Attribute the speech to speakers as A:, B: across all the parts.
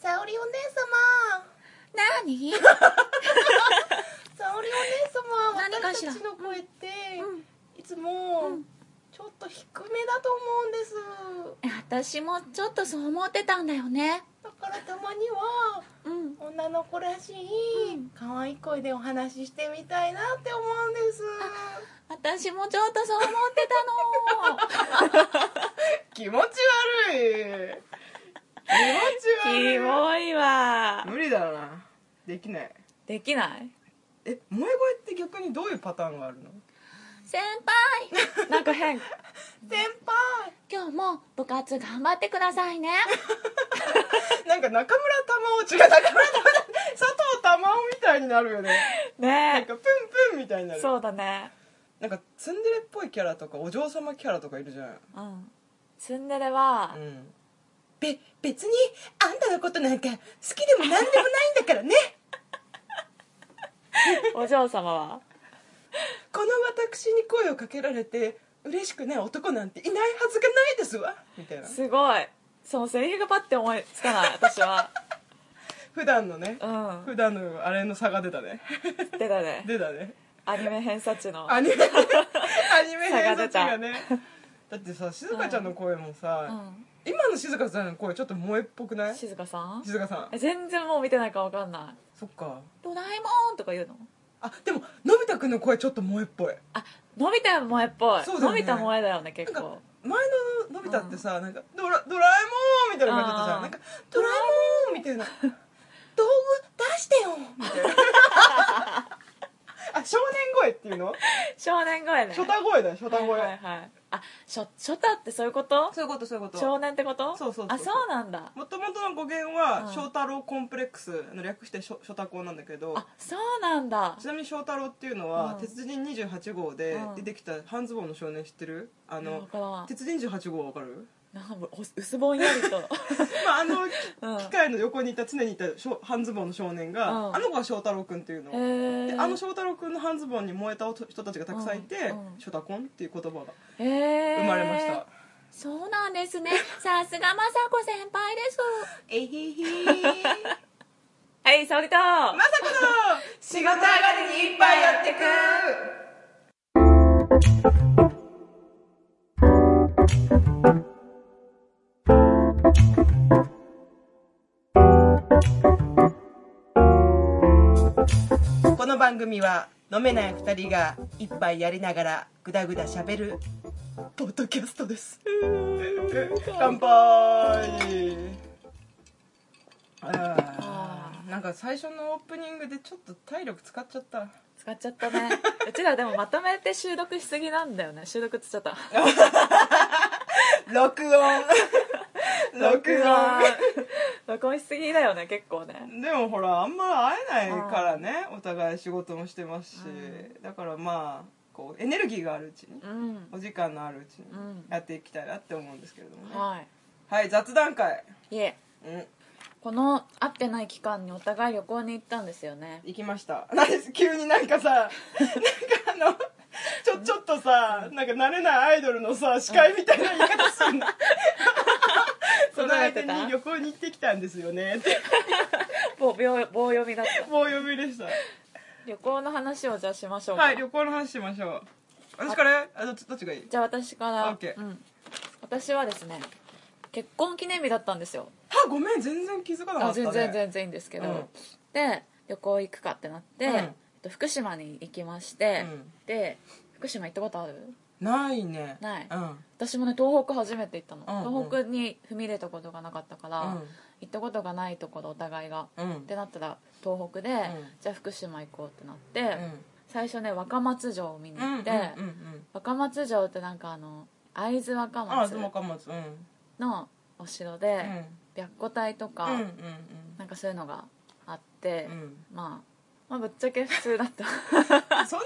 A: 織お姉様
B: なに
A: 沙織お姉様
B: 何か
A: 私
B: しら
A: たちの声って、
B: うん
A: いつも、
B: うん
A: ちょっと低めだと思うんです
B: 私もちょっとそう思ってたんだよね
A: だからたまには
B: うん
A: 女の子らしい
B: うん
A: 可愛い声でお話ししてみたいなって思うんです
B: 私もちょっとそう思ってた
A: 気持ち悪い気持
B: のキ
A: ち悪
B: モいわ
A: い無理だなできない
B: できない
A: え萌え声って逆にどういうパターンがあるの
B: 先輩なんか変
A: 先輩
B: 今日も部活頑張ってくださいね
A: なんか中村玉緒違う中村玉緒佐藤玉緒みたいになるよねなん
B: ね
A: かプンプンみたいになる
B: そうだね
A: なんかツンデレっぽいキャラとかお嬢様キャラとかいるじゃん
B: うんツンデレは
A: うんべ別にあんたのことなんか好きでもなんでもないんだからね
B: お嬢様は
A: この私に声をかけられて嬉しくない男なんていないはずがないですわみたいな
B: すごいそのセリフがパッて思いつかない私は
A: 普段のね
B: う
A: 普段のあれの差が出た ね
B: ん出たね
A: 出たね
B: アニメ偏差値の
A: アニメアニメ偏差値
B: 差が
A: が
B: 出
A: ねだってさ静香ちゃんの声もさ、
B: う
A: 今の静香さんの声ちょっと萌えっぽくない
B: ん静香さん
A: 静香さん
B: え全然もう見てないから分かんない
A: そっか
B: 「ドラえもん」とか言うの
A: あでものび太くんの声ちょっと萌えっぽい
B: あのび太萌えっぽい、
A: そうだよ
B: の
A: ね
B: び太萌えだよ
A: な
B: ね結
A: んか
B: 構
A: 前ののび太ってさなんかドラ「ドラえもん」みたいな感じだったじゃ
B: あ
A: ん
B: ー
A: なんか「ドラえもん」みたい な「道具出してよ」みたいなあ少年声っていうの
B: 少年声ね
A: 初太声だよ初太声、
B: はいはい、はい、あしょ初太ってそういうこと
A: そういうことそういうこと
B: 少年ってこと
A: そうそうそうそう
B: あそうなんだ
A: もともとの語源
B: うん
A: は翔太郎コンプレックスの略して翔太郎なんだけど
B: あそうなんだ
A: ちなみに翔太郎っていうのは、
B: うん
A: 鉄人28号で
B: うん
A: 出てきた半ズボンの少年知ってるあ
B: 分
A: の、
B: からん
A: 鉄人28号わかる
B: なんかお薄ぼんやり と
A: まああの
B: うん
A: 機械の横にいた常にいた少半ズボンの少年が、
B: うん
A: あの子が翔太郎くんっていうの、
B: へ
A: で
B: え
A: あの翔太郎くんの半ズボンに燃えた人たちがたくさんいて
B: うんう
A: 「
B: ん
A: ショタコン」っていう言葉が
B: 生
A: 生まれました、
B: そうなんで すねさすが雅子先輩です
A: えひひ
B: はい沙織と
A: まさこの 仕事上がりにいっぱいやってくこの番組は飲めない二人が一杯やりながらぐだぐだしゃべるポッドキャストです 乾杯あーなんか最初のオープニングでちょっと体力使っちゃった
B: 使っちゃったねうちらでもまとめて収録しすぎなんだよね収録っつっちゃった
A: 録音 録音
B: 録音しすぎだよね結構ね
A: でもほらあんま会えないからねお互い仕事もしてますしだからまあこうエネルギーがあるうちに
B: うん
A: お時間のあるうちに
B: うん
A: やっていきたいなって思うんですけれどもね
B: は
A: はい雑談会
B: いいえ
A: うん
B: この会ってない期間にお互い旅行に行ったんですよね
A: 行きました 何急になんかさなんかあのちょちょっとさなんか慣れないアイドルのさ司会みたいな言い方すんな その相手に旅行に行ってきたんですよねって
B: 棒棒棒読みだった
A: 棒読みでした
B: 旅行の話をじゃあしましょうか、
A: はい旅行の話しましょう私からあどっちどっちがいい
B: じゃあ私か
A: オ
B: ら
A: ッ、ケー
B: うん、私はですね結婚記念日だったんですよ
A: あごめん全然気づかなか
B: あ
A: った、ね、
B: 全然全然いいんですけど、
A: うん
B: で旅行行くかってなって、
A: うん
B: えっと福島に行きまし
A: う
B: て、
A: ん
B: で福島行ったことある
A: ないね
B: ない
A: うん
B: 私もね東北初めて行ったの、
A: うんうん
B: 東北に踏み入れたことがなかったから、行ったことがないところお互いが、
A: うんうん
B: ってなったら東北で、じゃあ福島行こうってなって、
A: うん
B: 最初ね若松城を見に行って、
A: うんうんうん
B: 若松城ってなんかあの会津若
A: あ
B: 松
A: ずもかもつうんうん
B: のお城で、
A: う
B: 白虎隊とか、
A: んうん
B: なんかそういうのがあって
A: うんう、ん
B: まあ、まあぶっちゃけ普通だった
A: そんなに興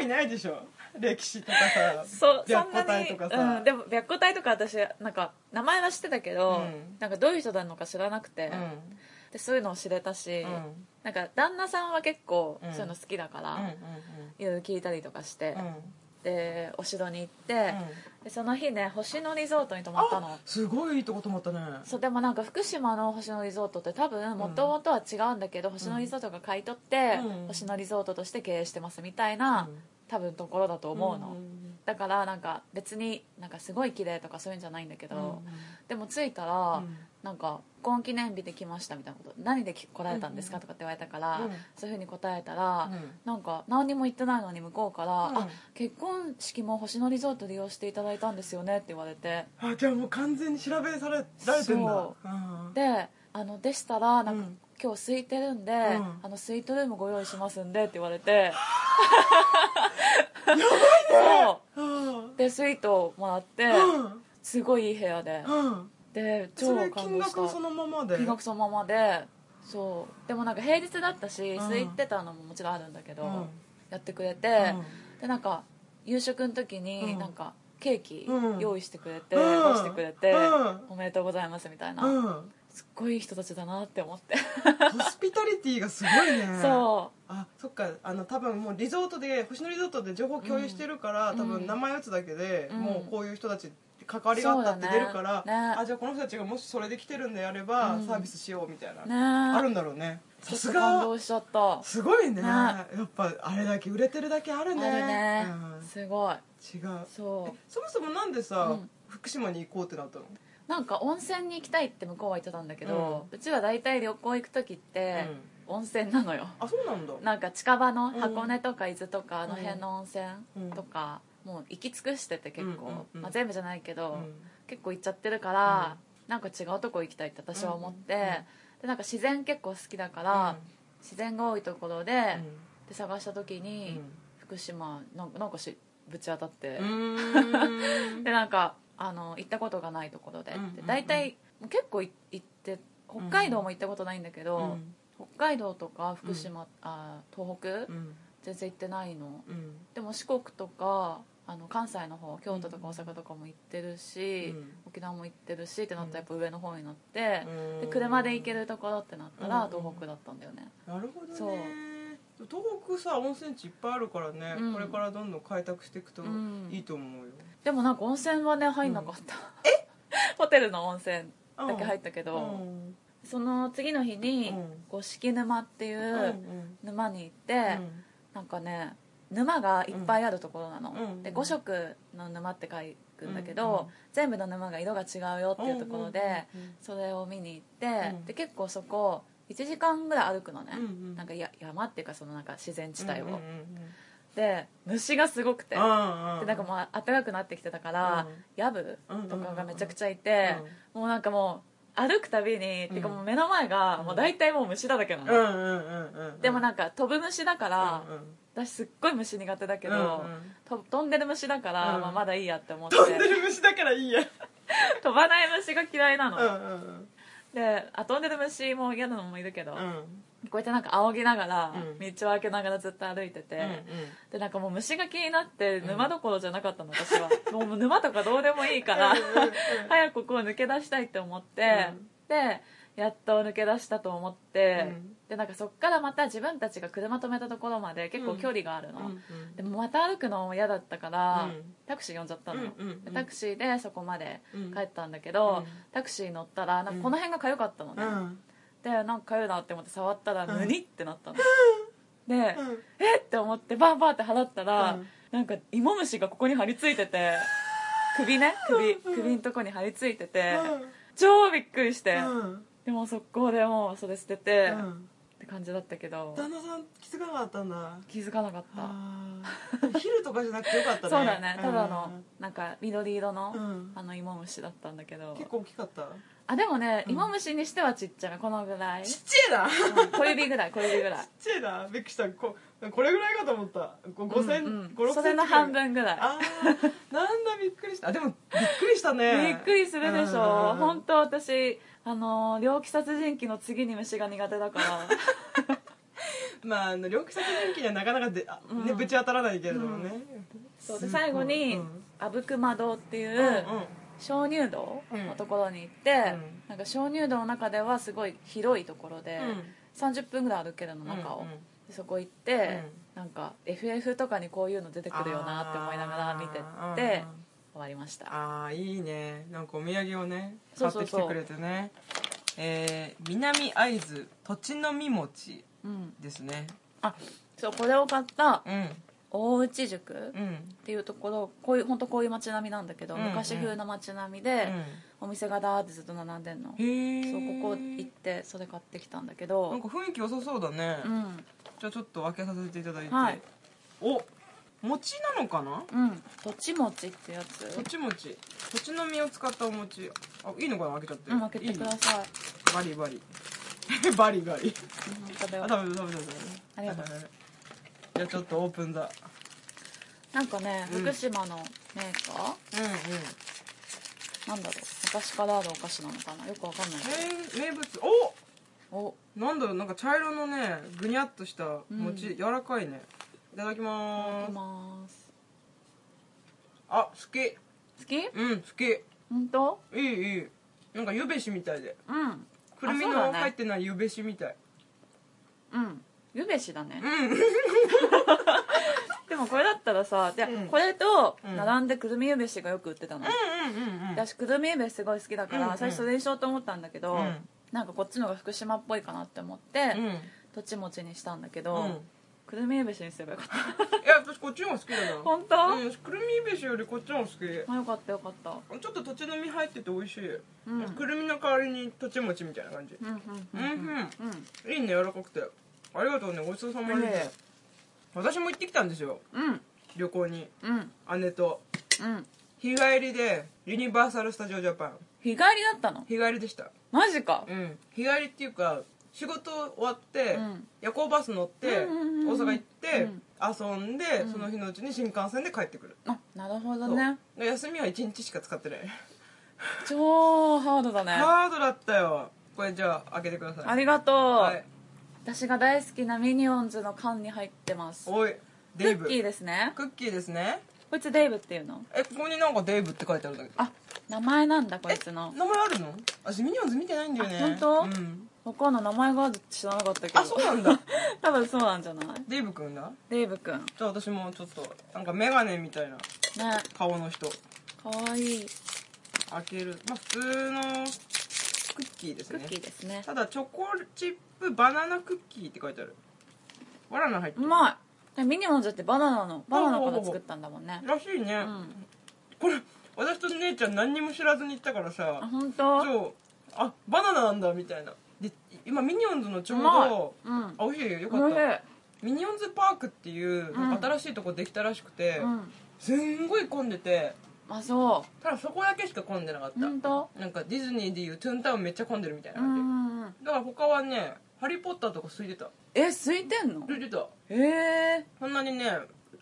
A: 味ないでしょ歴史とかさ
B: そうそ
A: 白
B: ん
A: 虎
B: な
A: 隊
B: に
A: とかさ
B: うん、でも白虎隊とか私なんか名前は知ってたけ
A: う
B: ど、
A: ん
B: なんかどういう人なのか知らなくて、
A: うん
B: でそういうのを知れたし、
A: うん
B: なんか旦那さんは結構
A: うん
B: そういうの好きだから、
A: うん
B: いろいろ聞いたりとかして、
A: うん
B: でお城に行って、でその日ね星野リゾートに泊まったの
A: あすごいいいとこ泊まったね
B: そうでもなんか福島の星野リゾートって多分もともとは違うんだけど、星野リゾートが買い取って、
A: うん
B: 星野リゾートとして経営してますみたいな、多分ところだと思うの、だからなんか別になんかすごい綺麗とかそういうんじゃないんだけど、でも着いたら、なんか「婚記念日で来ました」みたいなこと「何で来られたんですか?」とかって言われたから、
A: うん
B: そういうふうに答えたら、なんか何にも言ってないのに向こうから
A: う
B: 「
A: ん
B: あ結婚式も星野リゾート利用していただいたんですよね」って言われて
A: あじゃあもう完全に調べされられてんだ
B: そ
A: うん
B: であのでしたらなんか、
A: うん
B: 今日空いてるんで、
A: ん
B: あのスイートルームご用意しますんでって言われてそ
A: うん
B: うでスイートをもらって、
A: うん
B: すごいいい部屋で、
A: うん
B: で超
A: それ
B: 感
A: 金
B: 動した
A: 額そのままで
B: 金額そのままでそうでもなんか平日だったし、
A: ん
B: 空いてたのももちろんあるんだけど、
A: うん
B: やってくれ
A: う
B: て、
A: ん
B: でなんか夕食の時
A: う
B: に
A: ん
B: なんかケーキ
A: うん
B: 用意してくれて、
A: うん
B: 出してくれて、
A: うん
B: おめでとうございますみたいな、
A: うん
B: すっごいいい人たちだなって思って、
A: ホスピタリティがすごいね
B: そ
A: あそっかあの多分もうリゾートで星野リゾートで情報共有してるから、
B: うん
A: 多
B: うん
A: 分名前打つだけで、
B: うん
A: もうこういう人たち関わりがあったって
B: そうだね
A: 出るから、
B: ね
A: あじゃあこの人たちがもしそれで来てるんであれば、
B: うん
A: サービスしようみたいな、
B: うね
A: ある
B: え
A: んだろうねさ
B: ちょ
A: す
B: っと感
A: が
B: 動しちゃった
A: すごいね
B: ね
A: やっぱあれだけ売れてるだけあるね
B: あるね、
A: うん
B: すごい
A: 違う
B: そ
A: えそもそもなんでさ、
B: うん
A: 福島に行こうってなったの
B: うなんか温泉に行きたいって向こうは言ってたんだけど、うちは大体旅行行く時って温泉なのよ、
A: あそうなんだ
B: なんか近場の箱根とか伊豆とかあの辺の
A: う
B: 温
A: ん
B: 泉とか、もう行き尽くしてて結構、
A: うんうんうん
B: まあ、全部じゃないけど、
A: うん
B: 結構行っちゃってるから、なんか違うとこ行きたいって私は思って、
A: うんうん
B: でなんか自然結構好きだから、自然が多いところで,、で探した時
A: うん
B: に、福島なんかなんかしぶち当たって、
A: うんうん
B: でなんかあの行ったことがないところで,、
A: うんうんうん
B: で大体もう結構い行って北海道も行ったことないんだけど、
A: うん
B: 北海道とか福島、あ東北、
A: うん
B: 全然行ってないの
A: うん
B: でも四国とかあの関西の方京都とか大阪とかも行ってるし、
A: うん
B: 沖縄も行ってるしってなったらやっぱ上の方になって、
A: うん
B: で車で行けるところってなったら
A: うん
B: 東北だったんだよね、
A: なるほどね
B: そう
A: 東北さ温泉地いっぱいあるからね、
B: うん
A: これからどんどん開拓していくと
B: うん
A: いいと思うよ、
B: でもなんか温泉はね入んなかった、 ホテルの温泉だけ入ったけど、
A: うん
B: その次の日に
A: うん
B: 五色沼っていう
A: うん
B: う沼に行って、なんかね沼がいっぱいあるところなの、
A: うん
B: で5色の沼って書くんだけど、
A: うんうん
B: 全部の沼が色が違うよっていうところで、
A: うんうんうん
B: それを見に行って、
A: うん
B: で結構そこ1時間ぐらい歩くのね、
A: うんうん
B: なんかや山っていうかそのなんか自然地帯を、
A: うんうんうん
B: で虫がすごくて、
A: うんうん
B: でなんかもう暖かくなってきてたから、
A: うん
B: ヤブとかがめちゃくちゃいて、もうなんかもう歩くたびに、てかもう目の前がもう大体もう虫だらけな
A: う
B: の、
A: んうんうんうんうん
B: でもなんか飛ぶ虫だから、
A: うんうん
B: 私すっごい虫苦手だけど、
A: うんうん
B: と飛んでる虫だから、
A: うん
B: まあ、まだいいやって思って
A: 飛んでる虫だからいいや
B: 飛ばない虫が嫌いな
A: う
B: の、
A: んうん
B: であ飛んでる虫も嫌なのもいるけど、
A: うんうん
B: こうやってなんか仰ぎながら、
A: うん
B: 道を開けながらずっと歩いてて、でなんかもう虫が気になって沼どころじゃなかったの私は、もう沼とかどうでもいいから
A: うんうんうん
B: 早くここを抜け出したいって思って、
A: うん
B: でやっと抜け出したと思って、
A: うん
B: でなんかそっからまた自分たちが車止めたところまで結構距離があるの、
A: うん
B: でもまた歩くのも嫌だったから、
A: うん
B: タクシー呼んじゃったの、
A: うんうんうん
B: タクシーでそこまで
A: うん
B: 帰ったんだけど、
A: うん
B: タクシー乗ったらなんかこの辺が痒かったのね、
A: うん
B: でなんか痒いなって思って触ったら
A: うん
B: ムニって なったの、で、
A: うん
B: えっって思ってバンバンって払ったら、
A: うん
B: なんか芋虫がここに張り付いて て首ね首首のとこに張り付いてて、
A: うん
B: 超びっくりして、
A: うん
B: でも速攻でもうそれ捨てて、
A: う
B: っ
A: ん
B: て感じだったけど
A: 旦那さん気づかなかったんだ
B: 気づかなかった
A: あー昼とかじゃなくてよかったね
B: そうだねただのなんか緑色の、
A: うん
B: あの芋虫だったんだけど
A: 結構大きかった
B: あでもね、
A: うん
B: 芋虫にしてはちっちゃめこの ぐらい、
A: ちっちゃいなちっ
B: うん小指ぐらい小指ぐらい
A: ちゃいなびっくりしたここれぐらいかと思ったこ5セン
B: うんうん
A: 5 6
B: それの半分ぐら
A: あーなんだびっくりしたあでもびっくりした
B: いび
A: ね
B: っくりするでしょ
A: うん
B: 本当私あのー猟奇殺人鬼の次に虫が苦手だから
A: まああの猟奇殺人鬼にはなかなかで、あね
B: うん
A: ぶち当たらないけれどもね、
B: そう
A: す
B: で
A: ごい
B: 最後に
A: うん
B: 阿武隈堂っていうう鍾乳洞のところに行って、
A: うん
B: なんか鍾乳洞の中ではすごい広いところで、
A: うん
B: 30分ぐらい歩けるの中を、
A: うん
B: でそこ行って、なんか FF とかにこういうの出てくるよなって思いながら見てって
A: あーうん
B: 終わりました
A: あーいいねなんかお土産をね
B: そ
A: 買
B: う
A: って
B: そう
A: き
B: そう
A: てくれてねえー南会津土地のみ餅
B: うん
A: ですね
B: あそうこれを買った
A: うん
B: 大内塾
A: うん
B: っていうところこういう本当こういう街並みなんだけど、
A: うんうん
B: 昔風の街並みで、お店がダーってずっと並んでんの
A: うんへえ
B: そうここ行ってそれ買ってきたんだけ
A: なん
B: ど
A: か雰囲気良さそうだね、
B: うん
A: じゃあちょっと分けさせていただいて、
B: はい
A: お餅なのかな
B: うんとちもちってやつ
A: とちもちとちの実を使ったお餅あいいのかな開けちゃって
B: うん開けてくだ
A: い
B: さい
A: いバリバリ バリバリ
B: うん食べよ
A: あ
B: う
A: 食べる食べる食べる
B: ありがとう
A: はいはいはいじゃあちょっとオープンだ
B: なんかね、
A: うん
B: 福島のメーカ
A: うんうん
B: ーなんだろう昔からあるお菓子なのかなよくわかんないけど
A: 名名物お
B: お
A: なんだろうなんか茶色のねぐにゃっとした餅、
B: うん
A: 柔らかいねいただき
B: いた
A: ま
B: だ
A: ー
B: き
A: す
B: ます
A: あ好き
B: 好き
A: うん好き
B: 本当
A: いいいいなんか湯べしみたいで
B: うん
A: くるみ
B: あそうだ
A: の
B: ね
A: 入ってない湯べしみたい
B: うんゆべしだね
A: うん
B: でもこれだったらさで、
A: うん
B: これと
A: うん
B: 並んでくるみゆべしがよく売ってたの、
A: うんうんうんうん
B: 私くるみゆべしすごい好きだから、
A: うんうん
B: 最初それにしようと思ったんだけど、
A: うん
B: なんかこっちの方が福島っぽいかなって思って、
A: うん
B: とちもちにしたんだけ
A: う
B: ど、
A: ん
B: くるみゆべしにすればよかった
A: いや私こっちの方が好きだな
B: 本当、
A: うん、くるみ飯よりこっちの方が好
B: あよかったよかった
A: きちょっととちの実入ってて美味しい、
B: うん
A: くるみの代わりにとちもちみたいな感じ
B: うんうん
A: う
B: うんん
A: う、
B: うんんうん
A: いいね柔らかくてありがとうねごちそうさまで
B: いえいえ
A: 私も行ってきたんですよ
B: うん
A: 旅行に
B: うん
A: 姉と
B: うん
A: 日帰りでユニバーサル・スタジオ・ジャパン
B: 日帰りだったの
A: 日帰りでした
B: マジか
A: うん日帰りっていうか仕事終わって、
B: うん
A: 夜行バス乗って、
B: うんうんうんうん
A: 大阪行って、
B: うん
A: 遊んで、
B: ん
A: その日のうちに新幹線で帰ってくる
B: あなるほどね
A: そうで休みは1日しか使ってない
B: 超ハードだね
A: ハードだったよこれじゃあ開けてください
B: ありがとう、
A: はい
B: 私が大好きなミニオンズの缶に入ってます
A: おい
B: ク
A: デイブ
B: ッキーですね
A: クッキーですね
B: こいつデイブっていうの
A: えここになんかデイブって書いてあるんだけど
B: あ名前なんだこいつ
A: 名
B: の
A: 前あるの私ミニオンズ見てないんだよね
B: あ本当
A: うん、
B: 他の名前があるって知らなかったけど
A: あそうなんだ
B: 多分そうなんじゃない
A: デイブくんだ
B: デイブくんね
A: じゃあ私もちょっとなんかメガネみたいな顔の人
B: かわいい
A: 開けるまあ普通のクッキーです
B: ク
A: ね
B: ッキーですね
A: ただチョコチップバナナクッキーって書いてあるバナナ入って
B: う
A: る
B: まいミニオンズってバナナのバナナから作ったんだもんね
A: らしいね、
B: うん
A: これ私と姉ちゃん何にも知らずに行ったからさ
B: あ本当
A: そうあバナナなんだみたいなで今ミニオンズのちょう
B: まい
A: ど
B: うん
A: あ美味しいよよか
B: お
A: っ
B: いしたい
A: ミニオンズパークっていう、
B: うん
A: 新しいとこできたらしくて、
B: うん
A: すんごい混んでて
B: あそ
A: ただそこだけしか混んでなかっ
B: う
A: た、
B: 本当
A: なんかディズニーでいうトゥーンタウンめっちゃ混んでるみたいな
B: うん
A: 感
B: う
A: じ、
B: んうん
A: だから他はね「ハリー・ポッター」とか空いてた
B: え空いてんの
A: 空いてた
B: えー、
A: そんなにね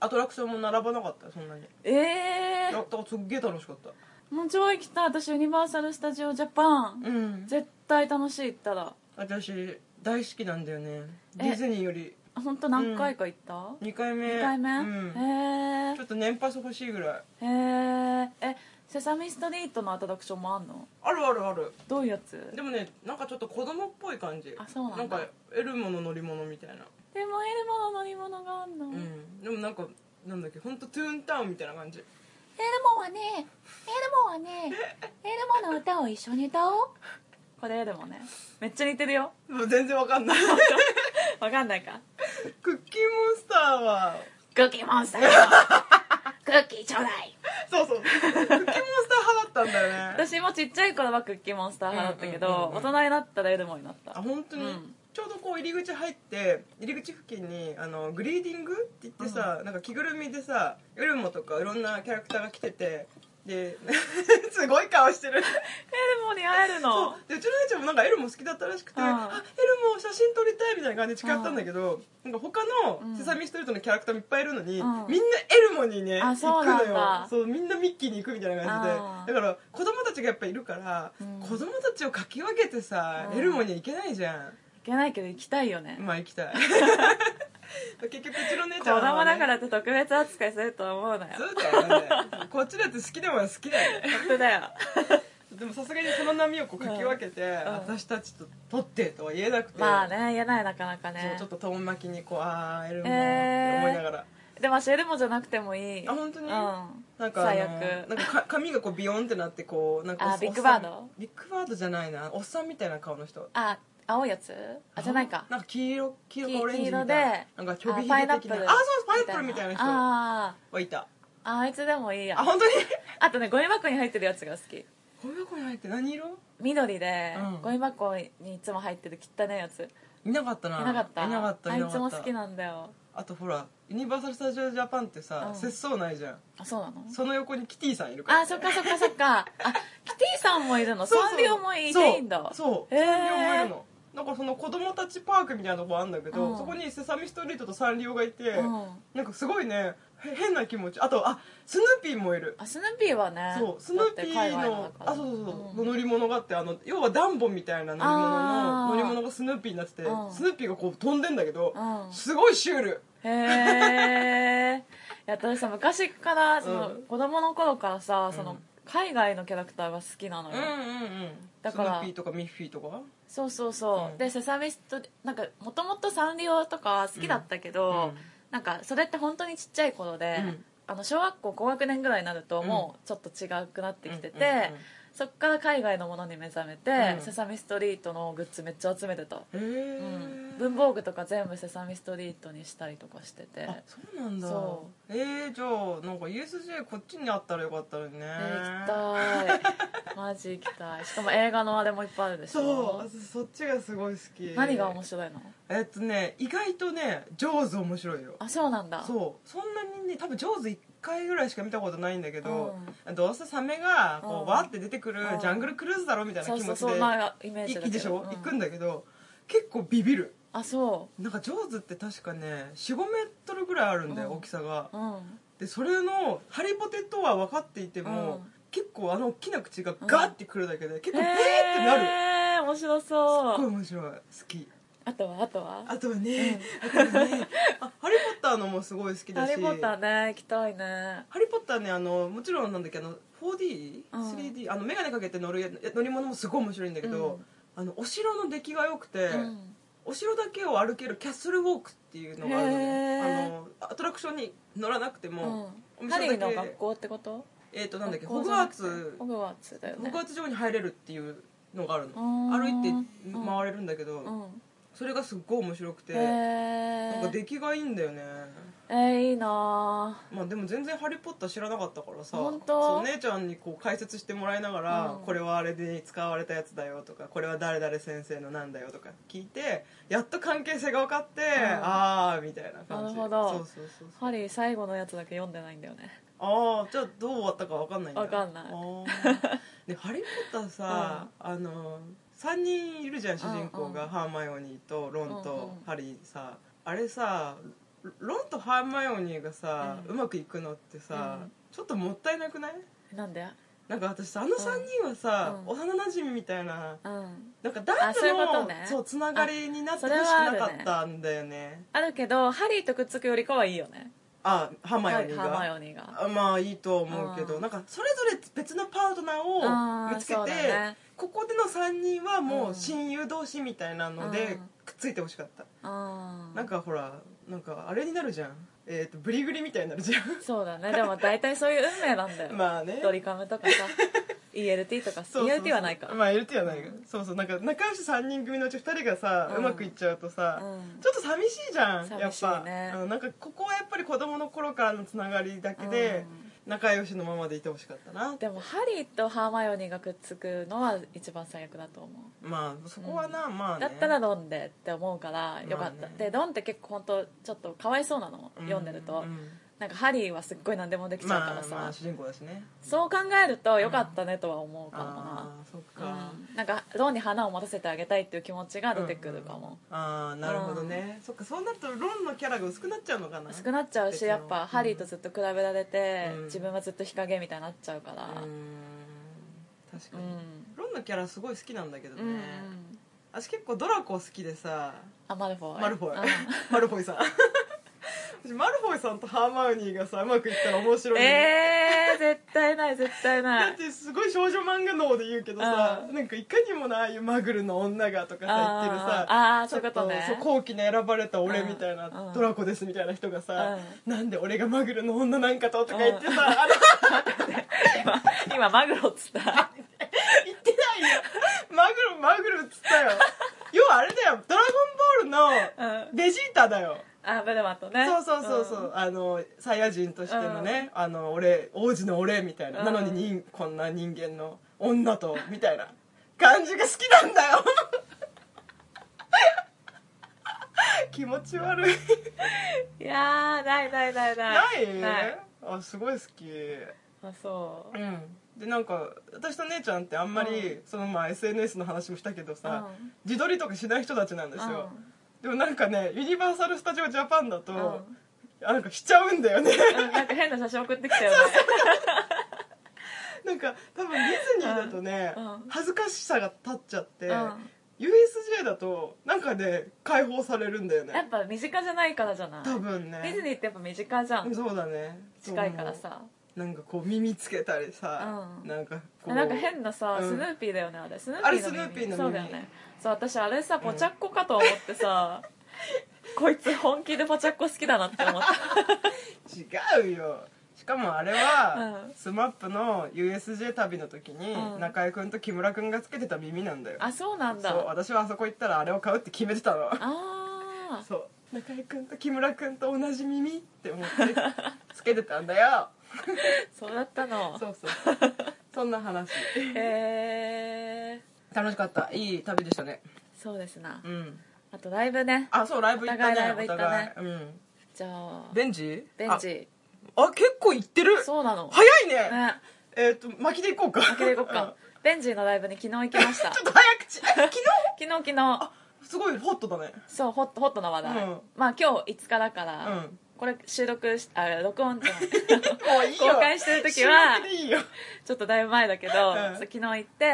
A: アトラクションも並ばなかったそんなに
B: え
A: やったすっげえ楽しかった
B: ー、もう超行きたい私ユニバーサル・スタジオ・ジャパン
A: うん
B: 絶対楽しい行ったら
A: 私大好きなんだよね
B: え
A: ディズニーより
B: あ本当何回か行った、
A: 2回目
B: 2回目、
A: うん
B: へ
A: ちょっと年パス欲しいぐらい
B: えへええセサミストリートのアトラクションもあんの
A: あるあるある
B: どういうやつ
A: でもねなんかちょっと子供っぽい感じ
B: あそうなんだ
A: なんかエルモの乗り物みたいな
B: でもエルモの乗り物があんの、
A: う
B: エル
A: んでもなんかなんだっけ本当トゥーンタウンみたいな感じ
B: モはねエルモは ねエルモの歌を一緒に歌おうこれエルモねめっちゃ似てるよ
A: もう全然わかんない
B: わかんないか
A: クッキーモンスターは
B: クッキー モンスタークッキーちょうだい
A: そうそうクッキーモンスター派だったんだよね
B: 私もちっちゃい頃はクッキーモンスター派だったけど、
A: うんうんうんうん
B: 大人になったらエルモになった
A: あ本当に、
B: うん
A: ちょうどこう入り口入って入り口付近にあのグリーディングって言ってさ、なんか着ぐるみでさエルモとかいろんなキャラクターが来ててで すごい顔してる
B: エルモに会えるの
A: でうちの姉ちゃんもなんかエルモ好きだったらしくて「
B: うん
A: あエルモ写真撮りたい」みたいな感じで誓ったんだけどなんか他
B: う
A: の「
B: ん
A: セサミストリート」のキャラクターもいっぱいいるのに、
B: うん
A: みんなエルモにね
B: あ
A: 行
B: そ
A: くの
B: うなんだ
A: よそうみんなミッキーに行くみたいな感
B: あ
A: じで
B: ー
A: だから子供たちがやっぱいるから、
B: うん
A: 子供たちをかき分けてさ、
B: うん
A: エルモには行けないじゃ
B: いけないけど行きたいよね、
A: んまあ行き たい結局うちの姉
B: 子
A: ちゃん
B: 供
A: は、
B: だ
A: ね、
B: からって特別扱いするとは思うなよ
A: そうだよねこっちだって好きでも好きだよね
B: 本当だよ
A: でもさすがにその波をこうかき分けて、
B: ん
A: 私たちと撮ってとは言えなくて、
B: まあね言えないなかなかね
A: そうちょっと遠巻きにこうああエルモ
B: え
A: って
B: ー
A: 思いながら、
B: でも私エルモじゃなくてもいい
A: あ本当に
B: うん
A: なんかあ
B: 最
A: の
B: 悪
A: なんかか髪がこうビヨンってなってこうなんかおっ
B: あ
A: さん
B: ビッグバード
A: ビッグバードじゃないなおっさんみたいな顔の人
B: あ青いやつあじゃないか
A: なんか黄色黄色かオレンジみたいな
B: 黄色で
A: なんかちょびひ
B: あパイ
A: げ
B: ナップ
A: 的
B: ル
A: なあそうパイナップルみたいな人は
B: あ
A: いた
B: ーああいつでもいいや
A: あ本当に
B: あとねゴミ箱に入ってるやつが好き
A: ゴミ箱に入って何色
B: 緑で、
A: うん
B: ゴミ箱にいつも入ってる汚いやつ
A: いなかった
B: い
A: な
B: なかった
A: いなかった
B: あい
A: なかった
B: つも好きなんだよ
A: あとほらユニバーサル・スタジオ・ジャパンってさ、
B: うん
A: 節操ないじゃん
B: あそうなの
A: その横にキティさんいるから
B: あそっかそっかそっかあキティさんもいるの
A: そう
B: サンリオもい
A: そう
B: ていいんだ
A: そう
B: へー
A: サンリオもいるのなんかその子供たちパークみたいなとこあるんだけど、
B: うん
A: そこにセサミストリートとサンリオがいて、
B: ん
A: なんかすごいねへ変な気持ちあとあスヌーピーもいる
B: あスヌーピーはね
A: そうスヌーピーのあそうそうそう、乗り物があってあの要はダンボみたいな乗り物
B: あ
A: の
B: ー
A: 乗り物がスヌーピーになってて、
B: うん
A: スヌーピーがこう飛んでんだけど、
B: うん
A: すごいシュール
B: へえいや私さ昔からその、
A: うん
B: 子供の頃からさその、
A: うん
B: 海外のキャラクターが好きなのよ、だから
A: スヌーピーとかミッフィーとか
B: そうそうそう、
A: うん
B: で「セサミスト」なんかもともとサンリオとか好きだったけど、
A: うん
B: なんかそれって本当にちっちゃい頃で、
A: うん
B: あの小学校高学年ぐらいになるともうちょっと違くなってきてて、そっから海外のものに目覚めて、
A: うん
B: セサミストリートのグッズめっちゃ集めてた、
A: うんうんうんへえ
B: うん、文房具とか全部セサミストリートにしたりとかしてて
A: あそうなんだ
B: そ
A: えー、じゃあなんか USJ こっちにあったらよかったのにね
B: えー行きたいマジ行きたいしかも映画のあれもいっぱいあるでしょ
A: そうそっちがすごい好き
B: 何が面
A: 白い
B: 白いの
A: えっとね意外とね「ジョーズ」面白いよ
B: あそうなんだ
A: そうそんなにね多分「ジョーズ」1回ぐらいしか見たことないんだけど、どうせサメがこう、
B: うん
A: わーって出てくる
B: うん
A: ジャングルクルーズだろみたいな
B: そう
A: 気
B: そ
A: 持
B: う
A: ち
B: そ
A: で
B: んなイメージだ
A: 行い
B: けど
A: でしょ、行くん
B: だ
A: だけど結構ビビる
B: あそ
A: なんか「ジョーズ」って確かね4 5メートルぐらいあるんだよ、
B: うん
A: 大きさが
B: ううん
A: でそれのハリボテとは分かっていても、
B: うん
A: 結構あの大きな口がガッてくるだけで、結構ベーってなる、
B: えー面白
A: すっ
B: そ
A: ごい
B: う
A: 面白い好き
B: あとはあとは
A: あとはね、あとはねあハリー・ポッターのもすごい好きだ
B: ハ
A: し
B: リー・ポッターね行きたいね
A: ハリーポッターねあのもちろんなんだっけあの 4D3D、
B: うん
A: 3D あの眼鏡かけて乗るや乗り物もすごい面白いんだけど、あのお城の出来が良くて、
B: うん
A: お城だけを歩けるキャッスルウォークっていうのがあるのね
B: へー
A: あのアトラクションに乗らなくても、お
B: うんハリ
A: 店
B: ー
A: だ
B: の
A: け
B: 学校ってこと
A: えっ、となんだっけホ
B: 学校
A: グ
B: じ
A: ワ
B: ゃ
A: ー
B: なくて
A: ツ
B: ホグワーツだよね
A: 北発城に入れるっていうのがあるの
B: うん
A: 歩いて回れるんだけど、
B: うん
A: それがすっごい面白くて、
B: へえ
A: なんか出来がいいんだよね
B: えーいいな
A: まあでも全然「ハリー・ポッター」知らなかったからさ
B: 本当
A: そう姉ちゃんにこう解説してもらいながら、
B: うん
A: これはあれで使われたやつだよとかこれは誰々先生のなんだよとか聞いてやっと関係性が分かって、ああみたいな感じ
B: なるほど
A: そうそうそうそう
B: ハリー最後のやつだけ読んでないんだよね
A: ああじゃあどう終わったか分かんないんだ
B: わかんない
A: あ ーね「ハリー・ポッターさ」あの3人いるじゃん主人公が、
B: うんうん
A: ハーマイオニーとロン
B: うんう
A: と
B: ん
A: ハリーさあれさロロンとハーマイオニーがさ、う
B: うん
A: まくいくのってさ、
B: うん
A: ちょっともったいなくない
B: なんで
A: なんか私さあの3人はさ、
B: うん
A: 幼なじみみたいな
B: うん
A: なんか男
B: あそういう
A: 女
B: こ
A: の
B: とね
A: そうつながりになって
B: あ
A: ほし
B: それ
A: く
B: はある
A: な
B: ね
A: かったんだよね
B: あるけどハリーとくっつくよりかはいいよね
A: あハーマ
B: ハ
A: イオ
B: リ
A: ニーが
B: ーハーマイオニーが
A: あまあいいとは思うけど、
B: うん
A: なんかそれぞれ別のパートナー
B: あ
A: を
B: ー
A: 見つけて、
B: そうだね
A: ここでの3人はもううん親友同士みたいなので
B: うん
A: くっついてほしかった、
B: あ
A: なんかほらなんかあれになるじゃんえっ、とブリグリみたいになるじ ゃ
B: そうだねでも大体そういう運命なんだよ
A: ん まあね
B: ドリカムとかさ ELT とかさ
A: そうそうそう
B: ELT はないか
A: まあ LT はないか、そうそうなんか仲良し3人組のうち2人がさ、う
B: うん
A: まくいっちゃうとさ、
B: うん
A: ちょっと寂しいじゃん、や
B: 寂
A: っ
B: しい
A: ぱ、
B: ね
A: うんなんかここはやっぱり子供の頃からのつながりだけで、仲良しのままでいてほしかったな
B: でもハリーとハーマイオニーがくっつくのは一番最悪だと思う
A: まあそこはな、まあね
B: だったらロンでって思うからよ
A: ま
B: かった、
A: あね
B: でロンって結構本当ちょっとかわいそうなの、読んでると、
A: う
B: なんかハリーはすっごい何でもできちゃうから
A: まあ
B: さ、
A: まあ主人公だしね
B: そう考えるとよかったねとは思うかも
A: あ
B: な、
A: あそっ
B: うん
A: か、
B: なんかロンに花を持たせてあげたいっていう気持ちが出てくるかも、
A: ああなるほどね、そっかそうなるとロンのキャラが薄くなっちゃうのかな
B: 薄くなっちゃう
A: 別
B: し
A: の
B: やっぱハリーとずっと比べられて、
A: うん
B: 自分はずっと日陰みたいになっちゃうから
A: うーん確
B: う
A: か
B: ん、
A: に、ロンのキャラすごい好きなんだけどね、
B: うんうん
A: 私結構ドラコ好きでさ
B: あマルフォイ
A: マルフォイ、
B: うん
A: マルフォイさん私マルフォイさんとハーマウニーがさうまくいったら面白い、
B: ええ 絶対ない絶対な
A: だ っ
B: い
A: てすごい少女漫画脳で言うけどさ
B: う
A: なんかいかにもなああいうマグルの女がとかさ言ってるさ
B: あーあー
A: ちょっ
B: そういうことね
A: そう後期に選ばれた俺みたい
B: うんう
A: なんドラコですみたいな人がさなんで俺がマグルの女なんかととか言ってさあれ
B: 今今マグロっつった
A: 言ってないよマグルマグルっつったよ要はあれだよ「ドラゴンボール」の
B: うん
A: ベジータだよ
B: あベルマットね
A: そうそうそうそう、あのサイヤ人としてのね、あの俺王子の俺みたいな、
B: うん
A: なのに人こんな人間の女とみたいな感じが好きなんだ よ気持ち悪い
B: うんいやーないないないない
A: ない、
B: ない
A: あすごい好き
B: あそう
A: うんでなんか私と姉ちゃんってあんまり、そのまあ SNS の話もしたけどさ、
B: うん
A: 自撮りとかしない人たちなんです
B: う
A: よ、
B: ん
A: でもなんかねユニバーサル・スタジオ・ジャパンだと、
B: うん
A: あなんかしちゃうんだよね
B: うんなんか変な写真送ってきたよね
A: なんか多分ディズニーだとね、
B: うんうん
A: 恥ずかしさが立っちゃって、
B: うん
A: USJ だとなんかね解放されるんだよ
B: やっ
A: ね
B: ぱ身近じゃないからじゃない
A: 多分ね
B: ディズニーってやっぱ身近じゃん
A: そうだね
B: 近いからさ
A: そうなんかこう耳つけたりさ、
B: うん
A: なんかこう
B: なんか変なさ、
A: うん
B: スヌーピーだよねあれスヌ
A: あれ
B: の耳
A: スヌーピーの耳
B: そうだよねそう私あれさポチャッコかと思ってさ、こいつ本気でポチャッコ好きだなって思った
A: 違うよしかもあれは、
B: うん
A: SMAP の USJ 旅の時に、
B: うん
A: 中居君と木村君がつけてた耳なんだよ
B: あそうなんだ
A: そう私はあそこ行ったらあれを買うって決めてたの
B: あー
A: そう中居君と木村君と同じ耳って思ってつけてたんだよ
B: そうだったの
A: そうそうそんな話
B: へえ
A: 楽しかったいい旅でしたね
B: そうですな、
A: うん
B: あとライブね
A: あそうライブ行ったね
B: お互いライブ行ったね
A: お互いうん
B: じゃあ
A: ベンジ
B: ベンジ
A: ああ結構行ってる
B: そうなの
A: 早いね
B: ね
A: えっ、と巻きでいこうか
B: 開けていこ っかベンジのライブに昨日行きました
A: ちょっ
B: 昨
A: と早口え昨
B: 日昨日
A: 日すごいホットだね
B: そうホットホットな話題、
A: うん
B: まあ今日5日だから、
A: うん
B: これ収録しあ録音じゃん
A: もういいよ
B: 公開してる時は
A: 収録でいいよ
B: ちょっとだいぶ前だけど、
A: うん
B: そう昨日行って、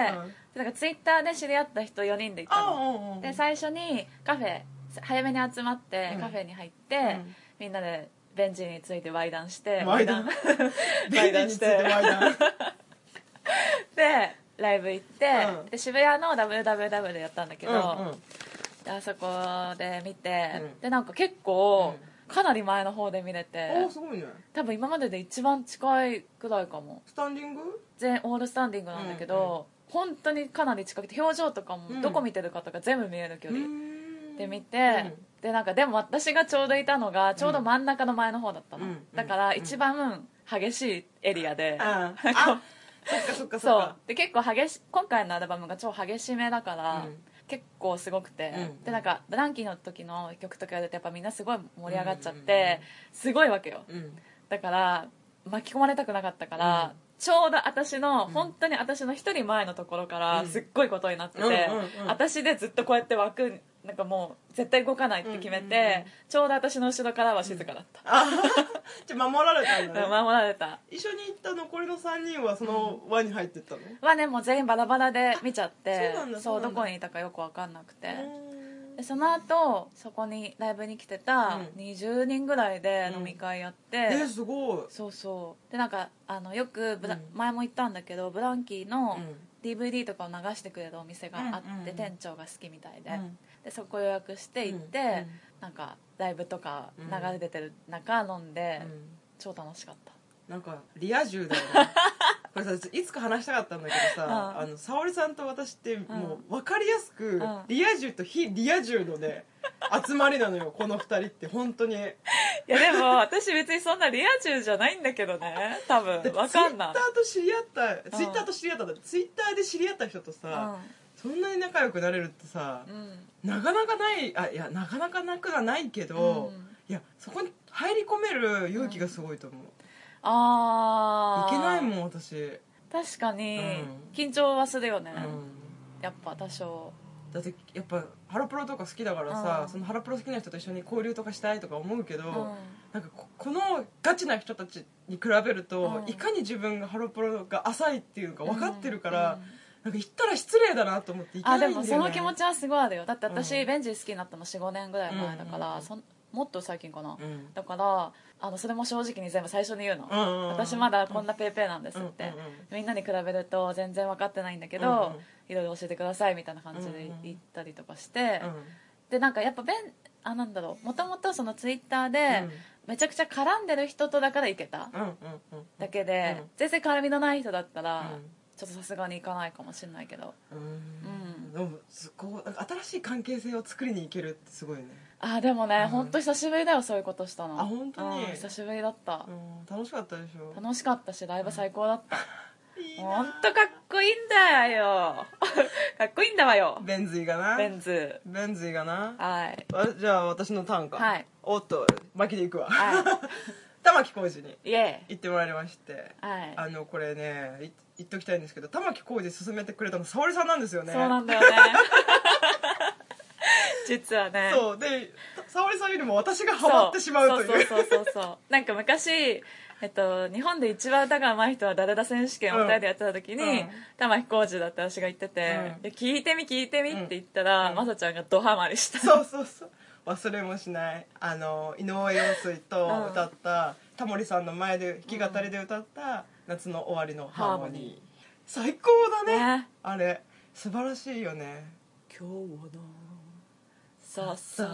B: なんかツイッターで知り合った人4人で行った
A: あう
B: の、
A: んうん
B: で最初にカフェ早めに集まって
A: うん
B: カフェに入って、
A: ん
B: みんなでベンチについてワイダンして
A: ワイダン
B: ワ イ
A: ベンジについてワイダン
B: でライブ行って、
A: うん
B: で渋谷の WWW でやったんだけど、
A: うんうん
B: であそこで見て、
A: うん
B: でなんか結構、かなり前の方で見れて
A: おーすごいね
B: 多分今までで一番近いくらいかも
A: スタンディング
B: 全オールスタンディングなんだけど、
A: うん
B: 本当にかなり近くて表情とかも
A: うん
B: どこ見てるかとか全部見える距離で見て、
A: うん
B: でなんかでも私がちょうどいたのがちょうど真ん中の前の方だったの、
A: うん
B: だから一番激しいエリアで、
A: ああそっかそっかそ
B: そ
A: っ
B: う
A: か
B: で結構激し今回のアルバムが超激しめだから、
A: うん
B: 結構すごくて、
A: うん
B: でなんかランキーの時の曲とかやるとやっぱみんなすごい盛り上がっちゃっ
A: うんうんうん
B: て、すごいわけよ
A: うん
B: だから巻き込まれたくなかったから、
A: うん
B: ちょうど私の、
A: ん
B: 本当に私の一人前のところから
A: うん
B: すっごいことになってて、
A: うんうんうん
B: 私でずっとこうやって枠なんかもう絶対動かないって決
A: う
B: めて、
A: んうんうん
B: ちょうど私の後ろからは静かだった、
A: あ じゃあ守られたん
B: うん
A: だね
B: 守られた
A: 一緒に行った残りの3人はその輪に入ってったの
B: はねもう全員バラバラで見ちゃっ
A: あそう
B: て
A: なんだそうな
B: ど
A: んだ
B: こにいたかよく分かんなくて、
A: う
B: でその後そこにライブに来てた
A: うん
B: 20人ぐらいで飲み会やって、
A: んえすごい
B: そうそうでなんかあのよくブラ、
A: うん
B: 前も言ったんだけどブランキーの
A: うん
B: DVD とかを流してくれるお店があって、
A: うんうんうん
B: 店長が好きみたいで,、
A: うん
B: でそこ予約して行って、
A: うんうん
B: なんかライブとか
A: うん
B: 流れ出てる中飲んで、
A: うん
B: 超楽しかった
A: なんかリア充だ よねこれさいつか話したかったんだけどさ、
B: うん
A: あの沙織さんと私ってもう分かりやすく、
B: ん
A: リア充と非リア充のね集まりなのよこの2人って本 当に
B: いやでも私別にそんなリア充じゃないんだけどね多 分わかんな
A: ツイッ
B: い
A: ターと知り合ったツイッターと知り合ったんだツイッターで知り合った人とさ、そんなに仲良くなれるってさ
B: う、んうん
A: なかなかないあいやなかなかなくはないけど、
B: うん
A: いやそこに入り込める勇気がすごいと思う、
B: ああ
A: いけないもん私、うん、
B: 確かに、
A: うん
B: 緊張はするよね、やっぱ多少
A: だってやっぱハロプロとか好きだからさ、
B: うん
A: そのハロプロ好きな人と一緒に交流とかしたいとか思うけど、
B: うん
A: なんかここのガチな人たちに比べると、
B: うん
A: いかに自分がハロプロが浅いっていうか分かってるから、
B: うん
A: なんか行ったら失礼だなと思って行けな
B: あ
A: いんだ
B: で
A: よ、ね、
B: もその気持
A: ち
B: ちはすごいあるよだって私、
A: うん
B: ベンジ好きになったの45年ぐらい前だから、
A: うんうんうん
B: そんもっと最近か
A: う
B: な、
A: ん
B: だからあのそれも正直に全部最初に言うの、
A: うんうんうん
B: 私まだこんなペーペーなんです
A: う
B: っ
A: ん
B: て、
A: うんうん
B: みんなに比べると全然分かってないんだけど、
A: うんうん
B: いろいろ教えてくださいみたいな感じで言ったりとかして、でなんかやっぱべんあなんだろうもともとそのツイッター
A: う
B: で
A: ん
B: めちゃくちゃ絡んでる人とだから行けた
A: うんうんうんうん
B: だけで、
A: うん
B: 全然絡みのない人だった
A: う
B: ら、
A: ん
B: ちょっとさすがに行かないかもしれないけど
A: うんでもすごいなんか新しい関係性を作りに行けるってすごいね、
B: あーでも
A: う
B: ね、
A: ん
B: ほんと久しぶりだよそういうことしたの
A: あ本当に
B: うん久しぶりだった
A: う、ん、楽しかったでしょ
B: 楽しかったしライブ最高だった、
A: いい
B: ほん
A: な
B: とかっこいいんだよ かっこいいんだわよ
A: ベンズイがな
B: ベンズ
A: ベンズイがな
B: はい
A: あじゃあ私のターンか
B: はい
A: おっと巻きでいくわ
B: は
A: 玉置浩二に
B: いイエ
A: 行ってもらいまして
B: ーイはい
A: あのこれねい言っときたいんですけど玉置浩二勧めてくれたの沙織さんなんですよね
B: そうなん だよね実はね
A: そうで沙織さんよりも私がハマってしまうという
B: そうそうそうそうそうなんか昔、えっと、日本で一番歌が上手い人は誰だ選手権を
A: うん
B: 2人でやってた時に、
A: うん
B: 玉置浩二だって私が言ってて、
A: うん
B: で聞いてみ聞いてみって言った
A: う
B: ら、
A: ん
B: まさちゃんがドハマりした
A: そうそうそう忘れもしないあの井上陽水と歌った、タモリさんの前で弾き語りで歌った「夏の終わりのハーモニー」最高だね
B: ね
A: あれ素晴らしいよね
B: 今日のささ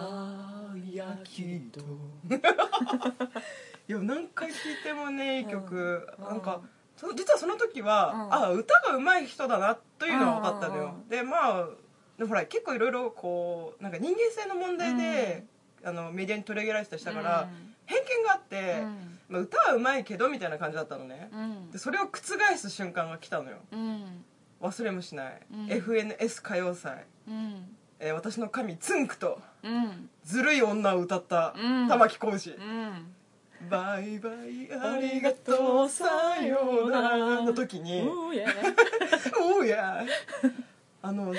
B: やきと
A: いや何回聴いてもねいい曲、
B: うん
A: なんかそ実はその時は、
B: うん
A: あ歌が上手い人だなというのは分かったのよ、
B: うん
A: でまあでもほら結構いろいろこうなんか人間性の問題で、あのメディアに取り上げられてたりしたから、偏見があって、
B: うん
A: まあ、歌はうまいけどみたいな感じだったのね
B: う、ん
A: でそれを覆す瞬間が来たのよ
B: うん
A: 忘れもしない、
B: うん
A: FNS 歌謡祭、
B: うん
A: えー私の神ツンクと
B: うん
A: ずるい女を歌った
B: うん
A: 玉置浩二、
B: うん
A: バイバイありがとうさようならの時に「
B: おーイエーイ
A: おうや」あの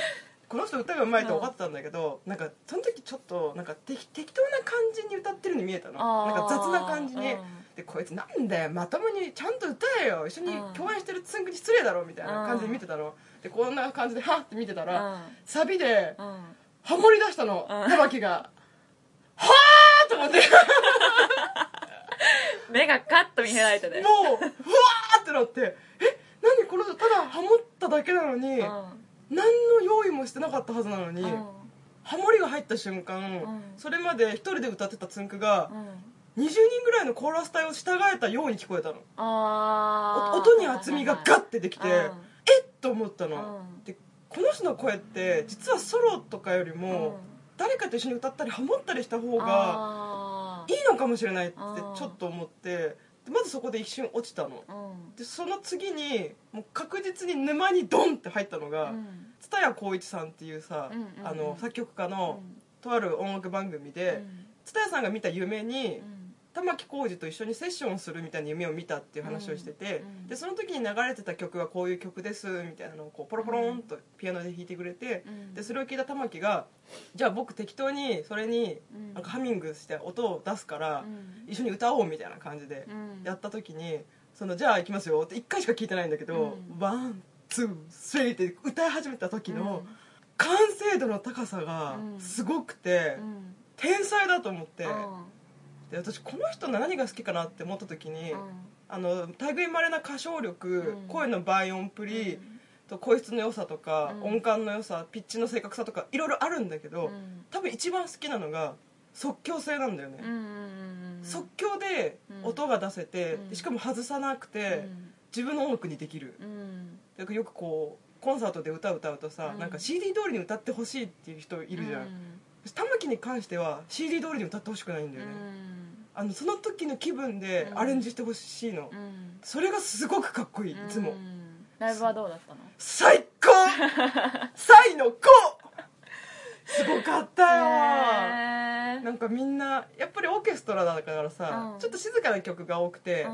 A: この人歌がうまいと分かってたんだけど、なんかその時ちょっとなんか適適当な感じに歌ってるように見えたの
B: あ
A: な
B: ー
A: んか雑な感じに、
B: うん
A: でこいつなんだよまともにちゃんと歌えよ一緒に
B: うん
A: 共演してるつんくに失礼だろみたいな感じで見てたの、でこんな感じでハッて見てたら、サビで
B: うんうん
A: ハモり出したの、
B: うん
A: 玉木が「はあ!」と思って
B: 目がカッと見開いてね
A: もうふわーってなってえ何これただハモっただけなのに、
B: う
A: 何の用意もしてなかったはずなのに、
B: ん
A: ハモリが入った瞬間、
B: うん
A: それまで一人で歌ってたつんくが
B: う、ん
A: 20人ぐらいのコーラス隊を従えたように聞こえたの
B: あ
A: お
B: ー
A: 音に厚みがガッてできて、
B: はいはいはい
A: えっと思ったの、
B: うん
A: でこの人の声って実はソロとかよりも、
B: うん
A: 誰かと一緒に歌ったりハモったりした方が
B: あ
A: いいのかもしれないって
B: うん
A: ちょっと思ってでまずそこで一瞬落ちたの
B: ーうん
A: でその次にもう確実に沼にドンって入ったの
B: う
A: が
B: ん
A: 蔦谷浩一さんっていうさ、
B: うんうんうん
A: あの作曲家
B: う
A: の、
B: ん
A: とある音楽番組で蔦谷さんが見た夢に、玉置浩二と一緒にセッションをするみたいな夢を見たっていう話をしてて、
B: うんうん
A: でその時に流れてた曲がこういう曲ですみたいなのをこうポロポロンとピアノで弾いてくれて、
B: うん
A: でそれを聞いた玉置が「じゃあ僕適当にそれに
B: うん
A: なんかハミングして音を出すから
B: うん
A: 一緒に歌おう」みたいな感じで
B: うん
A: やった時に「そのじゃあ行きますよ」って1回しか聞いてないんだけど
B: う
A: 「
B: ん
A: ワンツースリー」って歌い始めた時の
B: うん
A: 完成度の高さが
B: うん
A: すごくて
B: うん
A: 天才だと思って。
B: うん
A: で私この人の何が好きかなって思った時に、
B: うん
A: あの類まれな歌唱力、
B: うん
A: 声の倍音プリ、
B: うん
A: と声質の良さとか、
B: うん
A: 音感の良さピッチの正確さとかいろいろあるんだけど、
B: うん
A: 多分一番好きなのが即興性なんだよね、
B: うんうんうん
A: 即興で
B: うん
A: 音が出せて、
B: うん
A: しかも外さなくて、自分の音楽にできる
B: うんうん
A: だからよくこうコンサートで歌を歌うとさ、
B: うん
A: なんか CD 通りに歌ってほしいっていう人いるじゃん、
B: うん
A: 私玉木に関しては CD 通りに歌ってほしくないんだよね、あのその時の気分で
B: うん
A: アレンジしてほしいの、
B: うんうん
A: それがすごくかっこいいいつも、
B: うんライブはどうだったの
A: 最 高最の子すごかったよ、
B: へー
A: なんかみんなやっぱりオーケストラだからさ、
B: うん
A: ちょっと静かな曲が多くて、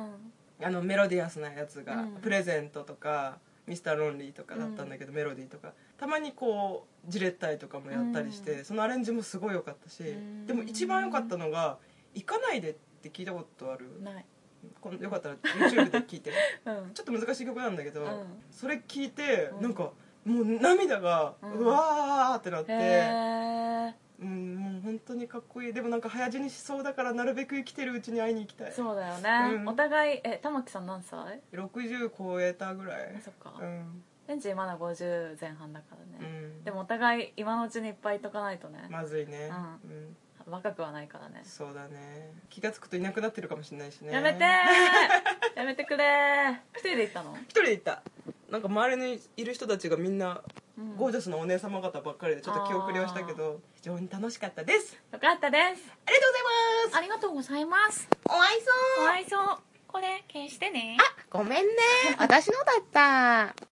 B: うん
A: あのメロディアスなやつが、
B: うん
A: プレゼントとかミスターロンリーとかだったんだけど、メロディーとかたまにこうじれったいとかもやったりして、
B: うん
A: そのアレンジもすごい良かったし、
B: うん
A: でも一番良かったのが「行かないで」って聞いたことある、
B: ない
A: こんよかったら YouTube で聞いて
B: うん
A: ちょっと難しい曲なんだけど、
B: うん
A: それ聞いて
B: うん
A: なんかもう涙が
B: うん
A: うわーってなっ
B: へ
A: て、
B: え
A: うん、もう本当ににかっこいいでもなんか早死にしそうだからなるべく生きてるうちに会いに行きたい
B: そうだよね、
A: うん
B: お互いえ玉木さん何歳
A: 60超えたぐらい
B: そっか
A: うん、
B: レンジまだ50前半だから
A: う
B: ね、
A: ん、
B: でもお互い今のうちにいっぱいいっとかないとね、
A: まずいね、
B: う
A: うん
B: 若くはないからね
A: そうだね気が付くといなくなってるかもしれないしね
B: やめてーやめてくれー一人で行ったの、
A: 一人で行ったなんか周りにいる人たちがみんな
B: うん
A: ゴー
B: よ
A: ジャスなお姉様方ばっかりでちょっと気遅れはしたけど非常に楽しかったです
B: かった
A: あ
B: です
A: りがとうござい
B: ありがとうございます
A: ますお会いそう
B: かわいそうこれ消してね
C: ごめんね。私のだった。